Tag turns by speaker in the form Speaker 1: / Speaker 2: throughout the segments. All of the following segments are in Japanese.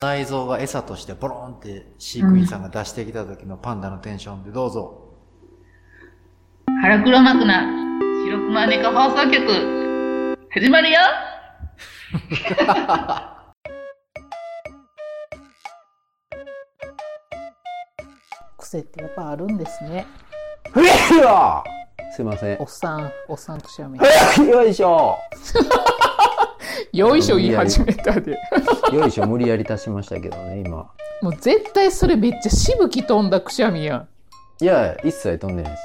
Speaker 1: 内臓が餌としてボロンって飼育員さんが出してきた時のパンダのテンションでどうぞ。
Speaker 2: 腹黒幕な白熊ネカ放送局始まるよ
Speaker 3: 癖ってやっぱあるんですね。
Speaker 4: ふえよすいません
Speaker 3: お。っさん、おっさんとしゃべ
Speaker 4: よいしょ
Speaker 3: よいしょ言い始めたで。
Speaker 4: よいしょ、無理やり足しましたけどね、今。
Speaker 3: もう絶対それめっちゃしぶき飛んだくしゃみやん。
Speaker 4: いや、一切飛んでないです。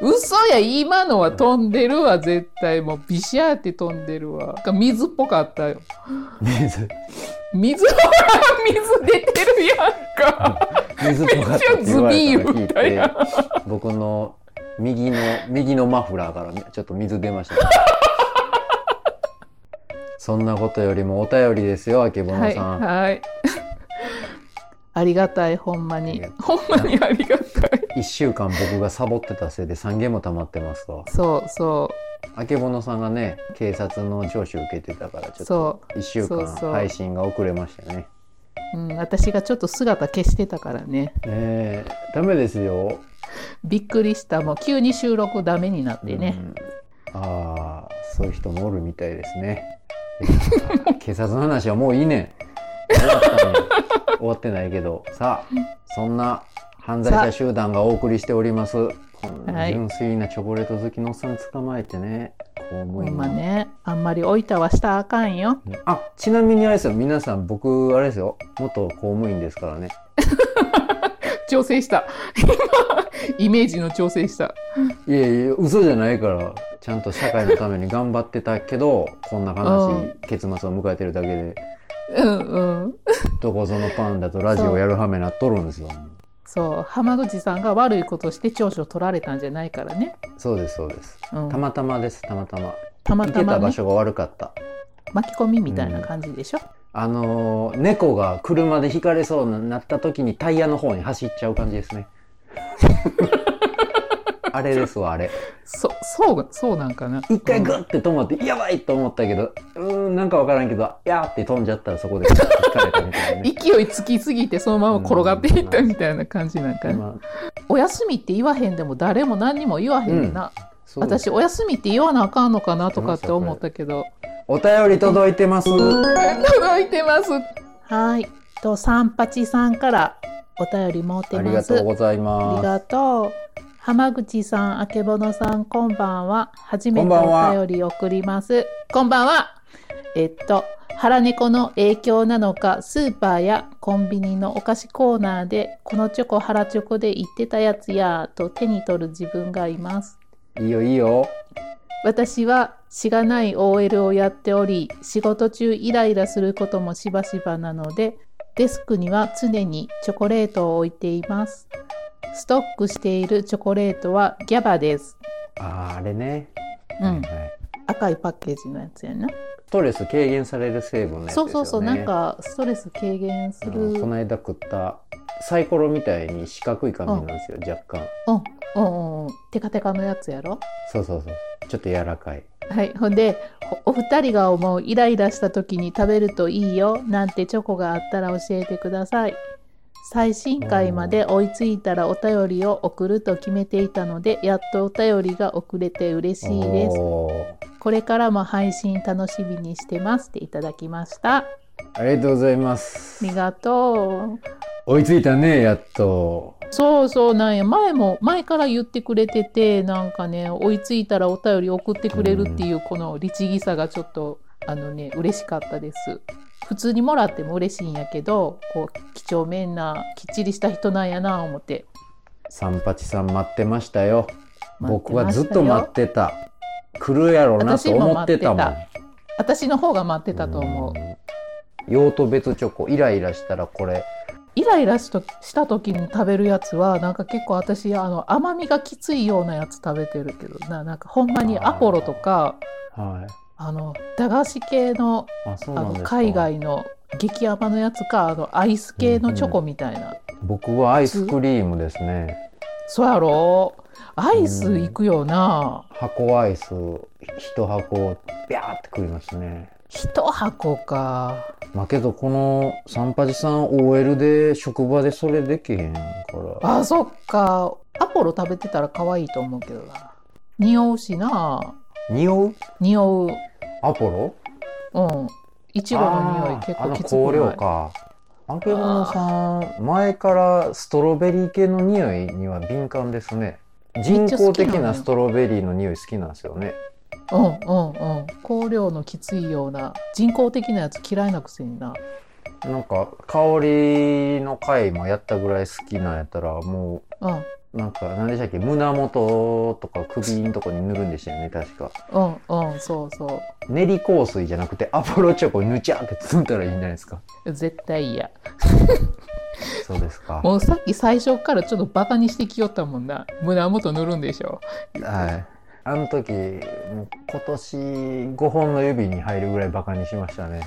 Speaker 3: 嘘や、今のは飛んでるわ、絶対。もうビシャーって飛んでるわ。水っぽかったよ。
Speaker 4: 水、
Speaker 3: 水、 ほら水出てるやんか。
Speaker 4: 水っぽかったって言われたの聞い
Speaker 3: めっちゃズビー言うたや
Speaker 4: て、僕の右の、右のマフラーからねちょっと水出ましたね、そんなことよりもお便りですよ、あけぼのさ
Speaker 3: はい、
Speaker 4: ん。
Speaker 3: はい。ありがたい、ほんまに
Speaker 4: ありが。
Speaker 3: ほんまにありがたい。
Speaker 4: 一週間僕がサボってたせいで3件も溜まってますわ。
Speaker 3: そうそ
Speaker 4: あけぼのさんがね、警察の聴取受けてたから、ちょ
Speaker 3: う、
Speaker 4: っと
Speaker 3: そ
Speaker 4: 一週
Speaker 3: そ
Speaker 4: 間
Speaker 3: うそう
Speaker 4: 配信が遅れましたね。
Speaker 3: う。うん、私がちょっと姿消してたからね。
Speaker 4: ええダメですよ。
Speaker 3: びっくりした。もう急に収録ダメになってね。
Speaker 4: うん。ああ、そういう人もおるみたいです ね。いや警察の話はもういいねん。終わったねん終わってないけど、さあ、そんな犯罪者集団がお送りしております。こんな純粋なチョコレート好きのおっさん捕まえてね、公
Speaker 3: ほ
Speaker 4: 務
Speaker 3: ん
Speaker 4: 員
Speaker 3: ま
Speaker 4: の。
Speaker 3: ね、あんまり置いたはしたらあかんよ。
Speaker 4: あ、ちなみにあれですよ、皆さん、僕、あれですよ、元公務員ですからね。
Speaker 3: 調整した。 今、イメージの調整した。
Speaker 4: いやいや、嘘じゃないから、ちゃんと社会のために頑張ってたけど、こんな
Speaker 3: う
Speaker 4: 悲し
Speaker 3: ん
Speaker 4: い結末を迎えてるだけで、
Speaker 3: うんうん。
Speaker 4: どこぞのパンダとラジオやるはめなっとるんですよ。
Speaker 3: そう、浜口さんが悪いことして長所取られたんじゃないからね。
Speaker 4: そうです、そうです。
Speaker 3: うん
Speaker 4: たまたまです、たまたま。
Speaker 3: たま
Speaker 4: 行
Speaker 3: た
Speaker 4: け
Speaker 3: ま
Speaker 4: た
Speaker 3: ね
Speaker 4: 場所が悪かった。
Speaker 3: 巻き込みみたいな感じでしょ。
Speaker 4: あのー猫が車でひかれそうになった時にタイヤの方に走っちゃう感じです ね。あれですわ、あれ。
Speaker 3: そ、そう、そうなんかな。
Speaker 4: 一回
Speaker 3: うん
Speaker 4: グッて止まって、やばいと思ったけど、うーん、なんかわからんけど、やーって飛んじゃったらそこでひかれたみたいなね。
Speaker 3: 勢いつきすぎてそのまま転がっていったみたいな感じなんかな。
Speaker 4: まあ
Speaker 3: お休みって言わへんでも誰も何にも言わへんな。
Speaker 4: そう
Speaker 3: 私お休みって言わなあかんのかなとかって思ったけど。
Speaker 4: お便り届いてます。
Speaker 3: 届いてます。はい。と、三八さんからお便り持って
Speaker 4: あり
Speaker 3: ま
Speaker 4: が
Speaker 3: す。
Speaker 4: とうござい
Speaker 3: あり
Speaker 4: ます。
Speaker 3: がとう。浜口さん、あけぼのさん、こんばんは。初
Speaker 4: こ
Speaker 3: めて
Speaker 4: んばんは
Speaker 3: お便り送ります。こんばんは。えっと、腹猫の影響なのか、スーパーやコンビニのお菓子コーナーで、このチョコ腹チョコで言ってたやつや、と手に取る自分がいます。
Speaker 4: いいよいいよ。
Speaker 3: 私はしがない OL をやっており仕事中イライラすることもしばしばなのでデスクには常にチョコレートを置いていますストックしているチョコレートはギャバです、
Speaker 4: あーあれね。
Speaker 3: う
Speaker 4: はい
Speaker 3: ん、
Speaker 4: はい
Speaker 3: 赤いパッケージのやつやな、
Speaker 4: ストレス軽減される成分のやつですよ
Speaker 3: そ
Speaker 4: ね。
Speaker 3: うそうそうなんかストレス軽減す
Speaker 4: う
Speaker 3: る、
Speaker 4: ん。
Speaker 3: うん
Speaker 4: こ
Speaker 3: うん
Speaker 4: の間食ったサイコロみたいに四角い感じなんですよ。若干。
Speaker 3: うんうん、テカテカのやつやろ
Speaker 4: そうそうそう。ちょっと柔らかい。
Speaker 3: はい、ほんでおお二人が思うイライラした時に食べるといいよなんてチョコがあったら教えてください最新回まで追いついたらお便りを送ると決めていたのでやっとお便りが送れて嬉しいです
Speaker 4: おー
Speaker 3: これからも配信楽しみにしてますっていただきましたあ
Speaker 4: ありがとうございます。
Speaker 3: りがと
Speaker 4: 追いついたね、やっと。
Speaker 3: うそうそうなんや前も前から言ってくれててなんかね追いついたらお便り送ってくれるっていうこの律儀さがちょっとあのね嬉しかったです普通にもらっても嬉しいんやけどこう几帳面なきっちりした人なんやな思って
Speaker 4: 三八さん待ってましたよ。
Speaker 3: 待
Speaker 4: 僕はずっと待っててた。来るやろうなと思ってたも
Speaker 3: 私も待
Speaker 4: ん
Speaker 3: って。ました私の方が待ってたと思う
Speaker 4: 用途別チョコイライラしたらこれ
Speaker 3: イライラしとした時に食べるやつはなんか結構私あの甘みがきついようなやつ食べてるけどななんかほんまにアポロとか
Speaker 4: は
Speaker 3: あの駄菓子系の
Speaker 4: いあそうな
Speaker 3: あ
Speaker 4: ん
Speaker 3: の
Speaker 4: ですか
Speaker 3: 海外の激甘のやつかあのアイス系のチョコみたいな、
Speaker 4: 僕はアイスクリームですね
Speaker 3: そうやろアイス行くよな、
Speaker 4: 箱アイス一箱ビャーってくりますね
Speaker 3: 一箱か。
Speaker 4: まあけどこの三八さん OL で職場でそれできへんから
Speaker 3: あ、そっか。アポロ食べてたら可愛いと思うけどな。匂うしな。
Speaker 4: 匂う
Speaker 3: 匂う。
Speaker 4: アポロ
Speaker 3: うん。いちごの匂い結
Speaker 4: あー
Speaker 3: 構きつく
Speaker 4: あの香料
Speaker 3: ない。
Speaker 4: かアケモノさん前からストロベリー系の匂いには敏感ですね人工的なストロベリーの匂い好きなんですよね
Speaker 3: うんうんうん。香料のきついような、人工的なやつ嫌いなくせにな。
Speaker 4: なんか香りの回もやったぐらい好きなんやったらも
Speaker 3: うんうん
Speaker 4: うなんか何でしたっけ胸元とか首のとこに塗るんでしたよね確か
Speaker 3: うん、そうそ
Speaker 4: 練り香水じゃなくてアポロチョコぬちゃって積んだらいいんじゃないですか
Speaker 3: う。絶対嫌。
Speaker 4: そうですか
Speaker 3: もうさっき最初からちょっとバカにしてきよったもんな。胸元塗るんでしょ。
Speaker 4: はい。あの時、もう今年5本の指に入るぐらいバカにしましたね。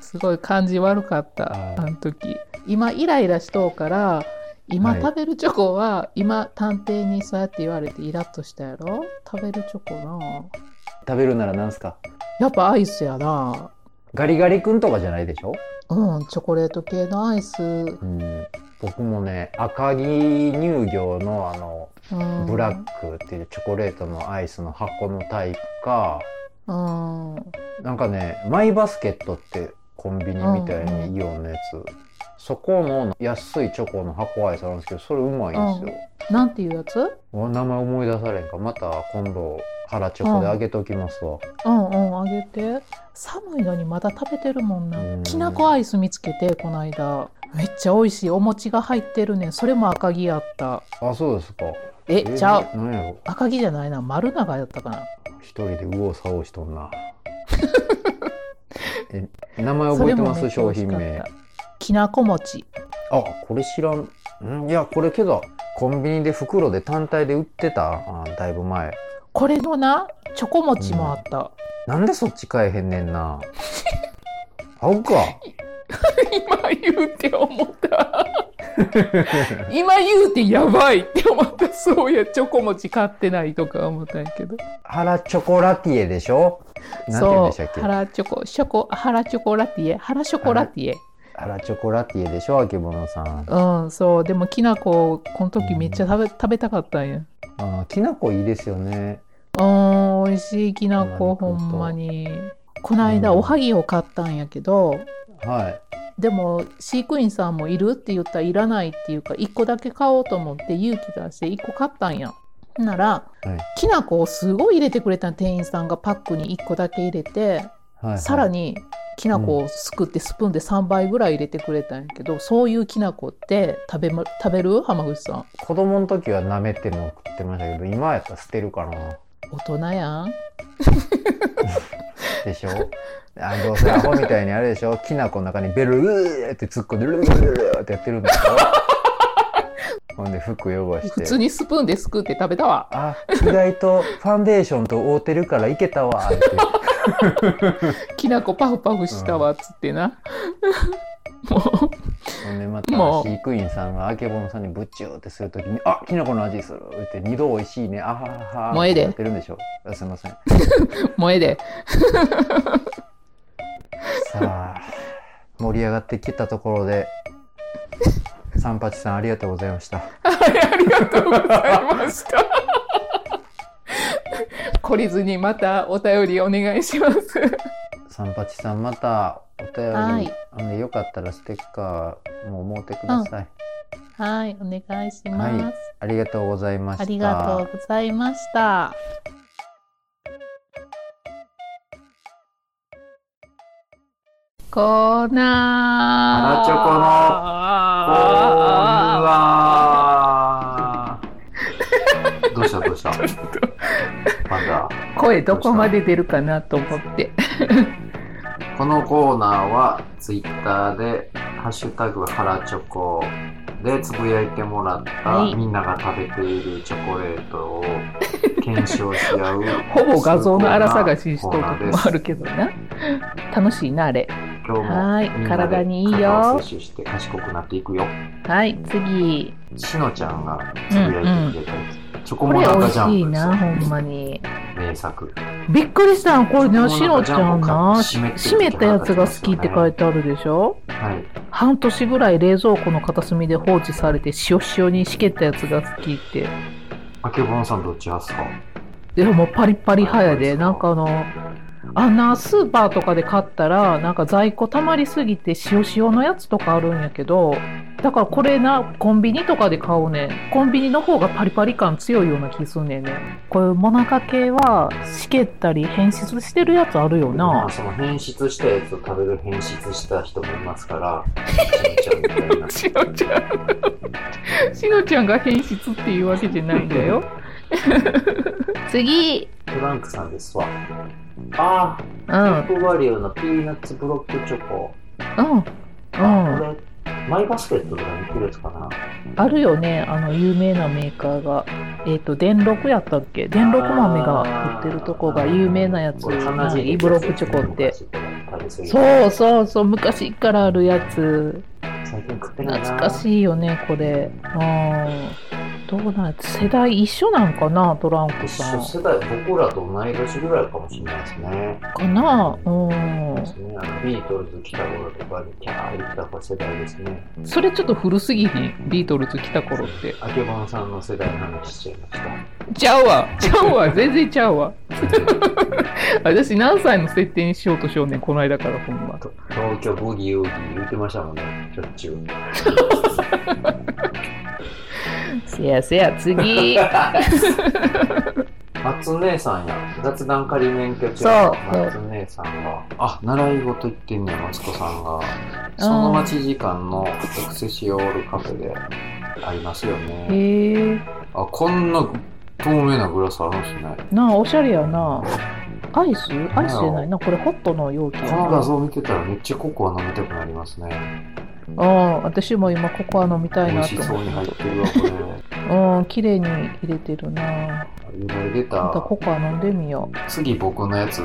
Speaker 3: すごい感じ悪かっ
Speaker 4: は
Speaker 3: た
Speaker 4: い、
Speaker 3: あの時。今イライラしとうから、今
Speaker 4: はい
Speaker 3: 食べるチョコは、今探偵にそうやって言われてイラッとしたやろ食べるチョコな。
Speaker 4: 食べるならなんすか
Speaker 3: やっぱアイスやな。
Speaker 4: ガリガリ君とかじゃないでしょ
Speaker 3: うん、チョコレート系のアイス。う
Speaker 4: うん。僕もね、赤城乳業のあの、
Speaker 3: ん、
Speaker 4: ブラックっていうチョコレートのアイスの箱のタイプか、
Speaker 3: うん。
Speaker 4: なんかね、マイバスケットってコンビニみたいにイオンのやつ。そこの安いチョコの箱アイスあるんですけど、それうまいんですよ。
Speaker 3: なんていうやつ
Speaker 4: お名前思い出されんか。また今度、腹チョコであげときますわ。
Speaker 3: うんうん、あげて。寒いのにまだ食べてるもん
Speaker 4: う
Speaker 3: な。
Speaker 4: ん
Speaker 3: きなこアイス見つけて、この間。めっちゃ美味しい。お餅が入ってるねん。それも赤城やった。
Speaker 4: あ、そうですか。
Speaker 3: え、ちゃう。
Speaker 4: なんやろ
Speaker 3: 赤城じゃないな。丸長やったかな。
Speaker 4: 一人で右往左往しとんなえ名前覚えてます
Speaker 3: それ
Speaker 4: 商品
Speaker 3: もめっちゃ美味し
Speaker 4: 名
Speaker 3: かった。きなこ餅。
Speaker 4: あこれ知らんんいやこれけどコンビニで袋で単体で売ってたあだいぶ前
Speaker 3: これのな、チョコ餅もあった。
Speaker 4: なんでそっち買えへんねん な買うか
Speaker 3: 今言うて思った。今言うてやばいって思った。そうや、チョコ餅買ってないとか思ったんやけど。
Speaker 4: 原チョコラティエでしょなんて言うんで
Speaker 3: そ
Speaker 4: したっ
Speaker 3: う、
Speaker 4: け
Speaker 3: ハラチョコ、ショコ、ハラチョコラティエ、ハラショコラティエ。
Speaker 4: 原チョコラティエでしょあけぼのさん
Speaker 3: うん、そう、でもきなこ、この時めっちゃ食べ、食べたかったんや。
Speaker 4: あきなこいいですよね
Speaker 3: うん、美味しいきなこ、
Speaker 4: ほ
Speaker 3: ほ
Speaker 4: んまに
Speaker 3: んまに。こないだ
Speaker 4: うん
Speaker 3: おはぎを買ったんやけど、
Speaker 4: はい
Speaker 3: でも飼育員さんもいるって言ったらいらないっていうか1個だけ買おうと思って勇気出して1個買ったんや。ほんなら、
Speaker 4: はい
Speaker 3: きなこをすごい入れてくれたん店員さんがパックに1個だけ入れ
Speaker 4: は
Speaker 3: て、
Speaker 4: い、はい、
Speaker 3: さらにきな粉をすくってスプーンで3倍ぐらい入れてくれたんやけど、そういうきな粉って食べ,、ま、食べる浜口さん
Speaker 4: 子供の時は舐めても食ってましたけど今やったら捨てるかな
Speaker 3: 大人やん
Speaker 4: でしょあどうせアホみたいにあれでしょきな粉の中にベルルーって突っ込んでルルルルルルってやってるんですよほんで服汚して
Speaker 3: 普通にスプーンですくって食べたわ
Speaker 4: あ意外とファンデーションと覆ってるからいけたわって
Speaker 3: きな粉パフパフしたわっつってな、 も
Speaker 4: ほんでまた
Speaker 3: もう
Speaker 4: 飼育員さんがあけぼのさんにぶっちゅーってするときに「あきな粉の味する」って「二度おいしいねあははは」
Speaker 3: もうええで
Speaker 4: ってやってるんでしょあすいませんさ
Speaker 3: うもうええで
Speaker 4: あ盛り上がってきたところで三八さんありがとうございました
Speaker 3: ありがとうございました 懲りずにまたお便りお願いします
Speaker 4: 三八さんまたお便り、
Speaker 3: はい
Speaker 4: あのよかったらステッカーも持ってください、
Speaker 3: はいお願いし
Speaker 4: ますはいありがとうございました
Speaker 3: うございましたコーナー
Speaker 4: 花チョコのどうしたどうしたまだ
Speaker 3: 声どこまで出るかなと思って
Speaker 4: このコーナーはツイッターで「ハッシュタグハラチョコ」でつぶやいてもらった、
Speaker 3: はい
Speaker 4: みんなが食べているチョコレートを検証し合う
Speaker 3: ほぼ画像の荒探ししと
Speaker 4: コー
Speaker 3: る
Speaker 4: ナー
Speaker 3: と
Speaker 4: で
Speaker 3: もあ
Speaker 4: す
Speaker 3: るけどな楽しいなあれ
Speaker 4: 今日も
Speaker 3: はい
Speaker 4: みんなで
Speaker 3: 体にいいよ
Speaker 4: カカオ摂取して賢くなっていくよ。
Speaker 3: はい次
Speaker 4: しのちゃんがつぶやいてくれたやつチョコ
Speaker 3: こ
Speaker 4: モ
Speaker 3: れ
Speaker 4: ナカ
Speaker 3: 美味
Speaker 4: ジャ
Speaker 3: しい
Speaker 4: ン
Speaker 3: な
Speaker 4: プ
Speaker 3: ほんまに
Speaker 4: 名作。
Speaker 3: びっくりしたんこれね
Speaker 4: もうなんか
Speaker 3: シロちゃん
Speaker 4: ジャンボ
Speaker 3: な
Speaker 4: が
Speaker 3: し
Speaker 4: 湿ってる
Speaker 3: 湿ったやつが好きって書いてあるでしょ
Speaker 4: はい。
Speaker 3: 半年ぐらい冷蔵庫の片隅で放置されて塩塩にしけったやつが好きって
Speaker 4: あけぼのさんどっち派っすか
Speaker 3: でもパリパリ派やでなんかあのあんなスーパーとかで買ったらなんか在庫たまりすぎて塩塩のやつとかあるんやけどだからこれなコンビニとかで買うねんコンビニの方がパリパリ感強いような気すんねんねこういうもなか系はしけったり変質してるやつあるよ
Speaker 4: ま
Speaker 3: な
Speaker 4: あその変質したやつを食べる変質した人もいますから、しのちゃんみたい な。
Speaker 3: しのちゃん。しのちゃんが変質っていうわけじゃないんだよ。次。
Speaker 4: トランクさんですわ。ああ、
Speaker 3: う
Speaker 4: ピ
Speaker 3: ん。
Speaker 4: ーコバリオのピーナッツブロックチョコ。
Speaker 3: うん。
Speaker 4: あ
Speaker 3: う
Speaker 4: こ
Speaker 3: ん。
Speaker 4: れ、マイバスケットとかに売ってるやつかな。
Speaker 3: あるよね。あの、有名なメーカーが。えっ、と、電録やったっけ電録豆が売ってるとこが有名なやつ。
Speaker 4: これ
Speaker 3: な
Speaker 4: 鼻血
Speaker 3: いブロックチョコって。。
Speaker 4: う。
Speaker 3: そうそうそう。昔からあるやつ。
Speaker 4: 最近食ってないな。
Speaker 3: 懐かしいよね、これ。うん。どうなん世代一緒なんかな、トランク
Speaker 4: 一
Speaker 3: さん
Speaker 4: 緒。世代、僕らと同い年ぐらいかもしれないですね。
Speaker 3: かなうん。
Speaker 4: ですね。あのビートルズ来た頃とかにキャー言った子世代ですね。
Speaker 3: それちょっと古すぎひんビートルズ来た頃って
Speaker 4: あけぼのさんの世代の話しちゃいました。
Speaker 3: ちゃうわちゃうわ全然ちゃうわ私何歳の設定にしようとしようねんこの間からほんま
Speaker 4: と東京ブギウギ言ってましたもんね。しょっちゅう。
Speaker 3: せやせや次
Speaker 4: 松姉さんや、雑談仮免許中
Speaker 3: そう
Speaker 4: の松姉さんが、あ、習い事行ってんねや、マツコさんが。
Speaker 3: うん
Speaker 4: その待ち時間のエクセシオールカフェでありますよ
Speaker 3: へ
Speaker 4: ね。
Speaker 3: え
Speaker 4: あ、こんな透明なグラスあるんですね。
Speaker 3: なあおしゃれやなアイスアイスじゃないなこれホットの容器や
Speaker 4: こ
Speaker 3: な
Speaker 4: の画像見てたらめっちゃココア飲みたくなりますね。
Speaker 3: うん私も今ココア飲みたい
Speaker 4: 美
Speaker 3: な
Speaker 4: 味し
Speaker 3: と
Speaker 4: そうに
Speaker 3: 思
Speaker 4: 入
Speaker 3: っ
Speaker 4: っててるわ、これ。
Speaker 3: うん綺麗に入れてるな
Speaker 4: ゆで出
Speaker 3: また
Speaker 4: た
Speaker 3: ココア飲んでみよう
Speaker 4: 次僕のやつ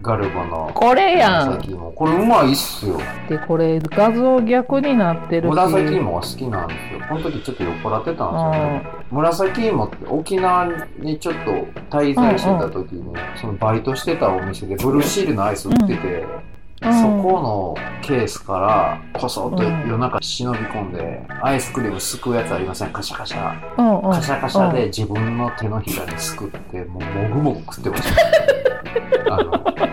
Speaker 4: ガルボの
Speaker 3: これやん
Speaker 4: 紫芋これうまいっすよ
Speaker 3: でこれ画像逆になってるし
Speaker 4: 紫芋が好きなんですよこの時ちょっと酔っ払ってたんですよね
Speaker 3: あ
Speaker 4: 紫芋って沖縄にちょっと滞在してた時にそのバイトしてたお店でブルーシールのアイス売っててそ
Speaker 3: うん
Speaker 4: このケースからこそっと夜中忍び込んでアイスクリームすくうやつありませんカシャカシャ
Speaker 3: うんうん
Speaker 4: カシャカシャで自分の手のひらですくってもうもぐもぐ食ってま したあ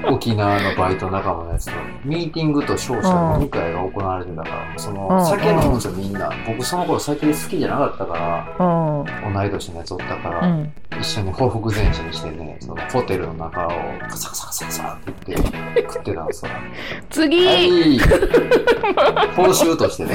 Speaker 4: の沖縄のバイト仲間のやつとミーティングと商社飲み会が行われてたから、そ
Speaker 3: うん
Speaker 4: の酒飲むんですよみんな僕その頃酒好きじゃなかったか
Speaker 3: うん
Speaker 4: ら同い年のやつおったか
Speaker 3: う
Speaker 4: ら、
Speaker 3: ん
Speaker 4: 一緒に報復前進してねそのホテルの中をカサカサカサカサって言 って食ってたんですよは
Speaker 3: 次
Speaker 4: い報酬としてね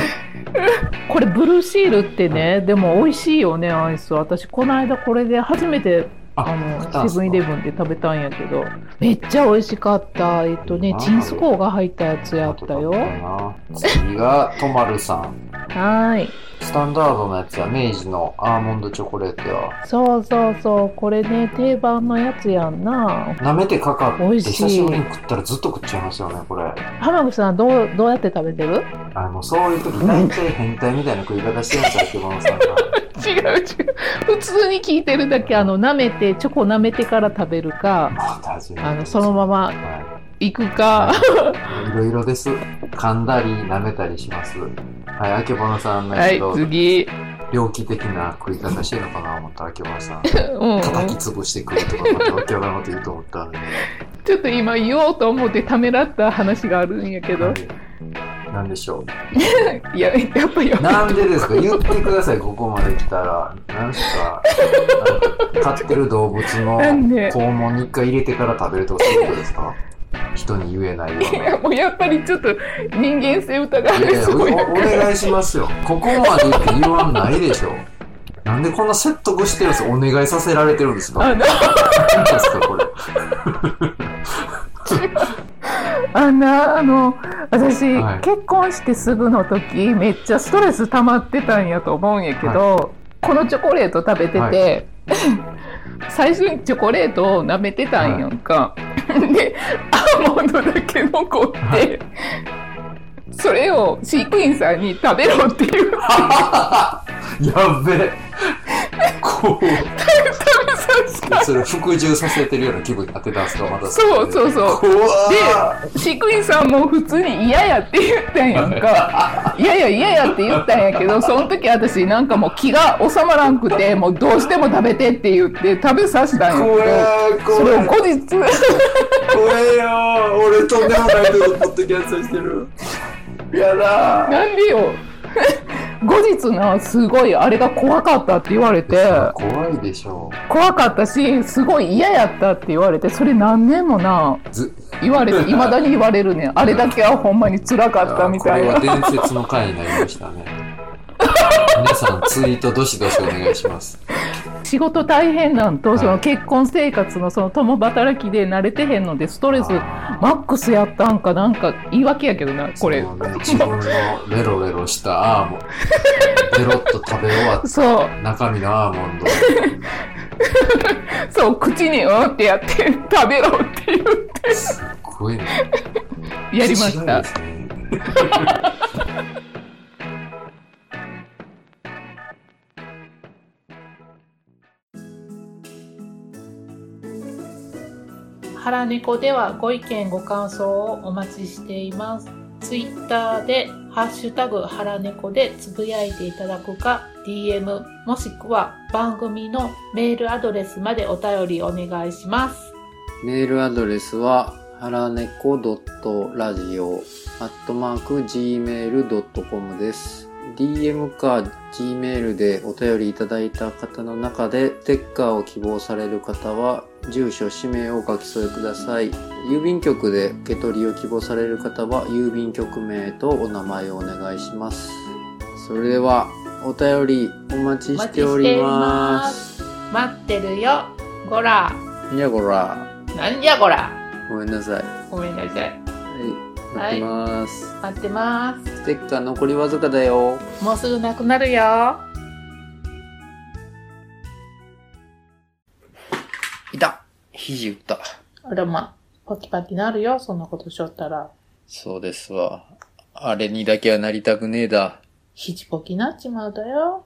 Speaker 3: これブルーシールってね、でも美味しいよねアイス私この間これで初めて
Speaker 4: あ
Speaker 3: あ
Speaker 4: 食ったん
Speaker 3: の
Speaker 4: すか
Speaker 3: セブンイレブンで食べたんやけどめっちゃ美味しかったえっとね
Speaker 4: あー
Speaker 3: チンスコーが入ったやつやったよ
Speaker 4: な次がとまるさん
Speaker 3: はーい
Speaker 4: スタンダードのやつや明治のアーモンドチョコレートや
Speaker 3: そうそうそうこれね定番のやつやんな
Speaker 4: 舐めてかかって
Speaker 3: 美味しい
Speaker 4: 久しぶりに食ったらずっと食っちゃいますよねこれ
Speaker 3: 浜口さんどうどうやって食べてる
Speaker 4: あのそういう時大体変態みたいな食い方してるんですよけぼのさん が
Speaker 3: 違う違う普通に聞いてるだけあの舐めてチョコ舐めてから食べるか
Speaker 4: また始めて
Speaker 3: あのそのまま
Speaker 4: は
Speaker 3: 行くか
Speaker 4: いいろいろです噛んだり舐めたりしますはいあけぼのさんの
Speaker 3: は
Speaker 4: やつ
Speaker 3: い
Speaker 4: どうぞ
Speaker 3: 次
Speaker 4: 猟奇的な食い方してるのかな思ったあけぼのさん
Speaker 3: うん
Speaker 4: 叩き潰してくるとかまたわけわからんこと言うと思ったんで、
Speaker 3: ちょっと今言おうと思ってためらった話があるんや けど、
Speaker 4: はい、なんでしょう
Speaker 3: い、ややっぱや
Speaker 4: なんでですか言ってください、ここまで来たら。なんすか、なんか飼ってる動物の
Speaker 3: なんで
Speaker 4: 肛門に一回入れてから食べるとかそういうことですか人に言えないような。
Speaker 3: もうやっぱりちょっと人間性疑わ
Speaker 4: いやい
Speaker 3: れ
Speaker 4: やお、
Speaker 3: そ
Speaker 4: お
Speaker 3: うやから
Speaker 4: 願いしますよ。ここまで言って言わんないでしょ。なんでこんな説得してるんですかお願いさせられてるんですか
Speaker 3: あの
Speaker 4: 何ですかこれ。
Speaker 3: あんなあの私、
Speaker 4: はい
Speaker 3: 結婚してすぐの時めっちゃストレス溜まってたんやと思うんやけど、このチョコレート食べてて、
Speaker 4: は
Speaker 3: 最初にチョコレートを舐めてたんやんか、でアーモンドだけ残って、それを飼育員さんに食べろっていう
Speaker 4: やっべえ。こう。
Speaker 3: 食べさせ
Speaker 4: それを服従させてるような気分になってたんですかまた
Speaker 3: そうそうそう
Speaker 4: 怖っ
Speaker 3: 飼育員さんも普通に嫌やって言ったんやんかいやいや嫌やって言ったんやけどその時私なんかもう気が収まらんくてもうどうしても食べてって言って食べさせたん
Speaker 4: 怖
Speaker 3: や
Speaker 4: え
Speaker 3: けどそ
Speaker 4: 怖
Speaker 3: れを
Speaker 4: え
Speaker 3: 後日
Speaker 4: 怖えよ俺とんでもないことポッドキャストしてるやだ
Speaker 3: なんでよ 後日なすごいあれが怖かったって言われて
Speaker 4: 怖いでしょう
Speaker 3: 怖かったしすごい嫌やったって言われてそれ何年もな
Speaker 4: ず
Speaker 3: 言われていまだに言われるねんあれだけはほんまに辛かったみたいな
Speaker 4: これは伝説の回になりました ね皆さんツイートどしどしお願いします
Speaker 3: 仕事大変なんと、
Speaker 4: はい
Speaker 3: その結婚生活のその共働きで慣れてへんのでストレス
Speaker 4: あ
Speaker 3: マックスやったんかなんか言い訳やけどな
Speaker 4: ー
Speaker 3: これ
Speaker 4: そうね、自分のレロレロしたアーモンドペロッと食べ終わっ
Speaker 3: そう
Speaker 4: た中身のアーモンド
Speaker 3: そう口に「うん」ってやって食べろっていう
Speaker 4: すっごいね
Speaker 3: やりました
Speaker 4: 口白いですね
Speaker 3: 腹猫ではご意見ご感想をお待ちしています。ツイッターでハッシュタグ腹猫でつぶやいていただくか、DM もしくは番組のメールアドレスまでお便りお願いします。
Speaker 5: メールアドレスは、はらねこ .radio アットマーク gmail.com です。DM か Gmail でお便りいただいた方の中で、ステッカーを希望される方は、住所、氏名をお書き添えください。郵便局で受け取りを希望される方は、郵便局名とお名前をお願いします。それでは、お便りお待ちしております。
Speaker 3: 待ってるよ。ごら。
Speaker 5: にゃごら、
Speaker 3: なんじゃごら。
Speaker 5: ごめんなさい。
Speaker 3: ごめんなさい。
Speaker 5: はい、待ってます。
Speaker 3: 待ってま
Speaker 5: ステッカー残りわずかだよ。
Speaker 3: す。もうすぐなくなるよ。
Speaker 5: いた肘打った。
Speaker 3: あらま、パキパキなるよ。そんなことしよったら。
Speaker 5: そうですわ。あれにだけはなりたくねえだ。
Speaker 3: ひじぽきなっちまうだよ。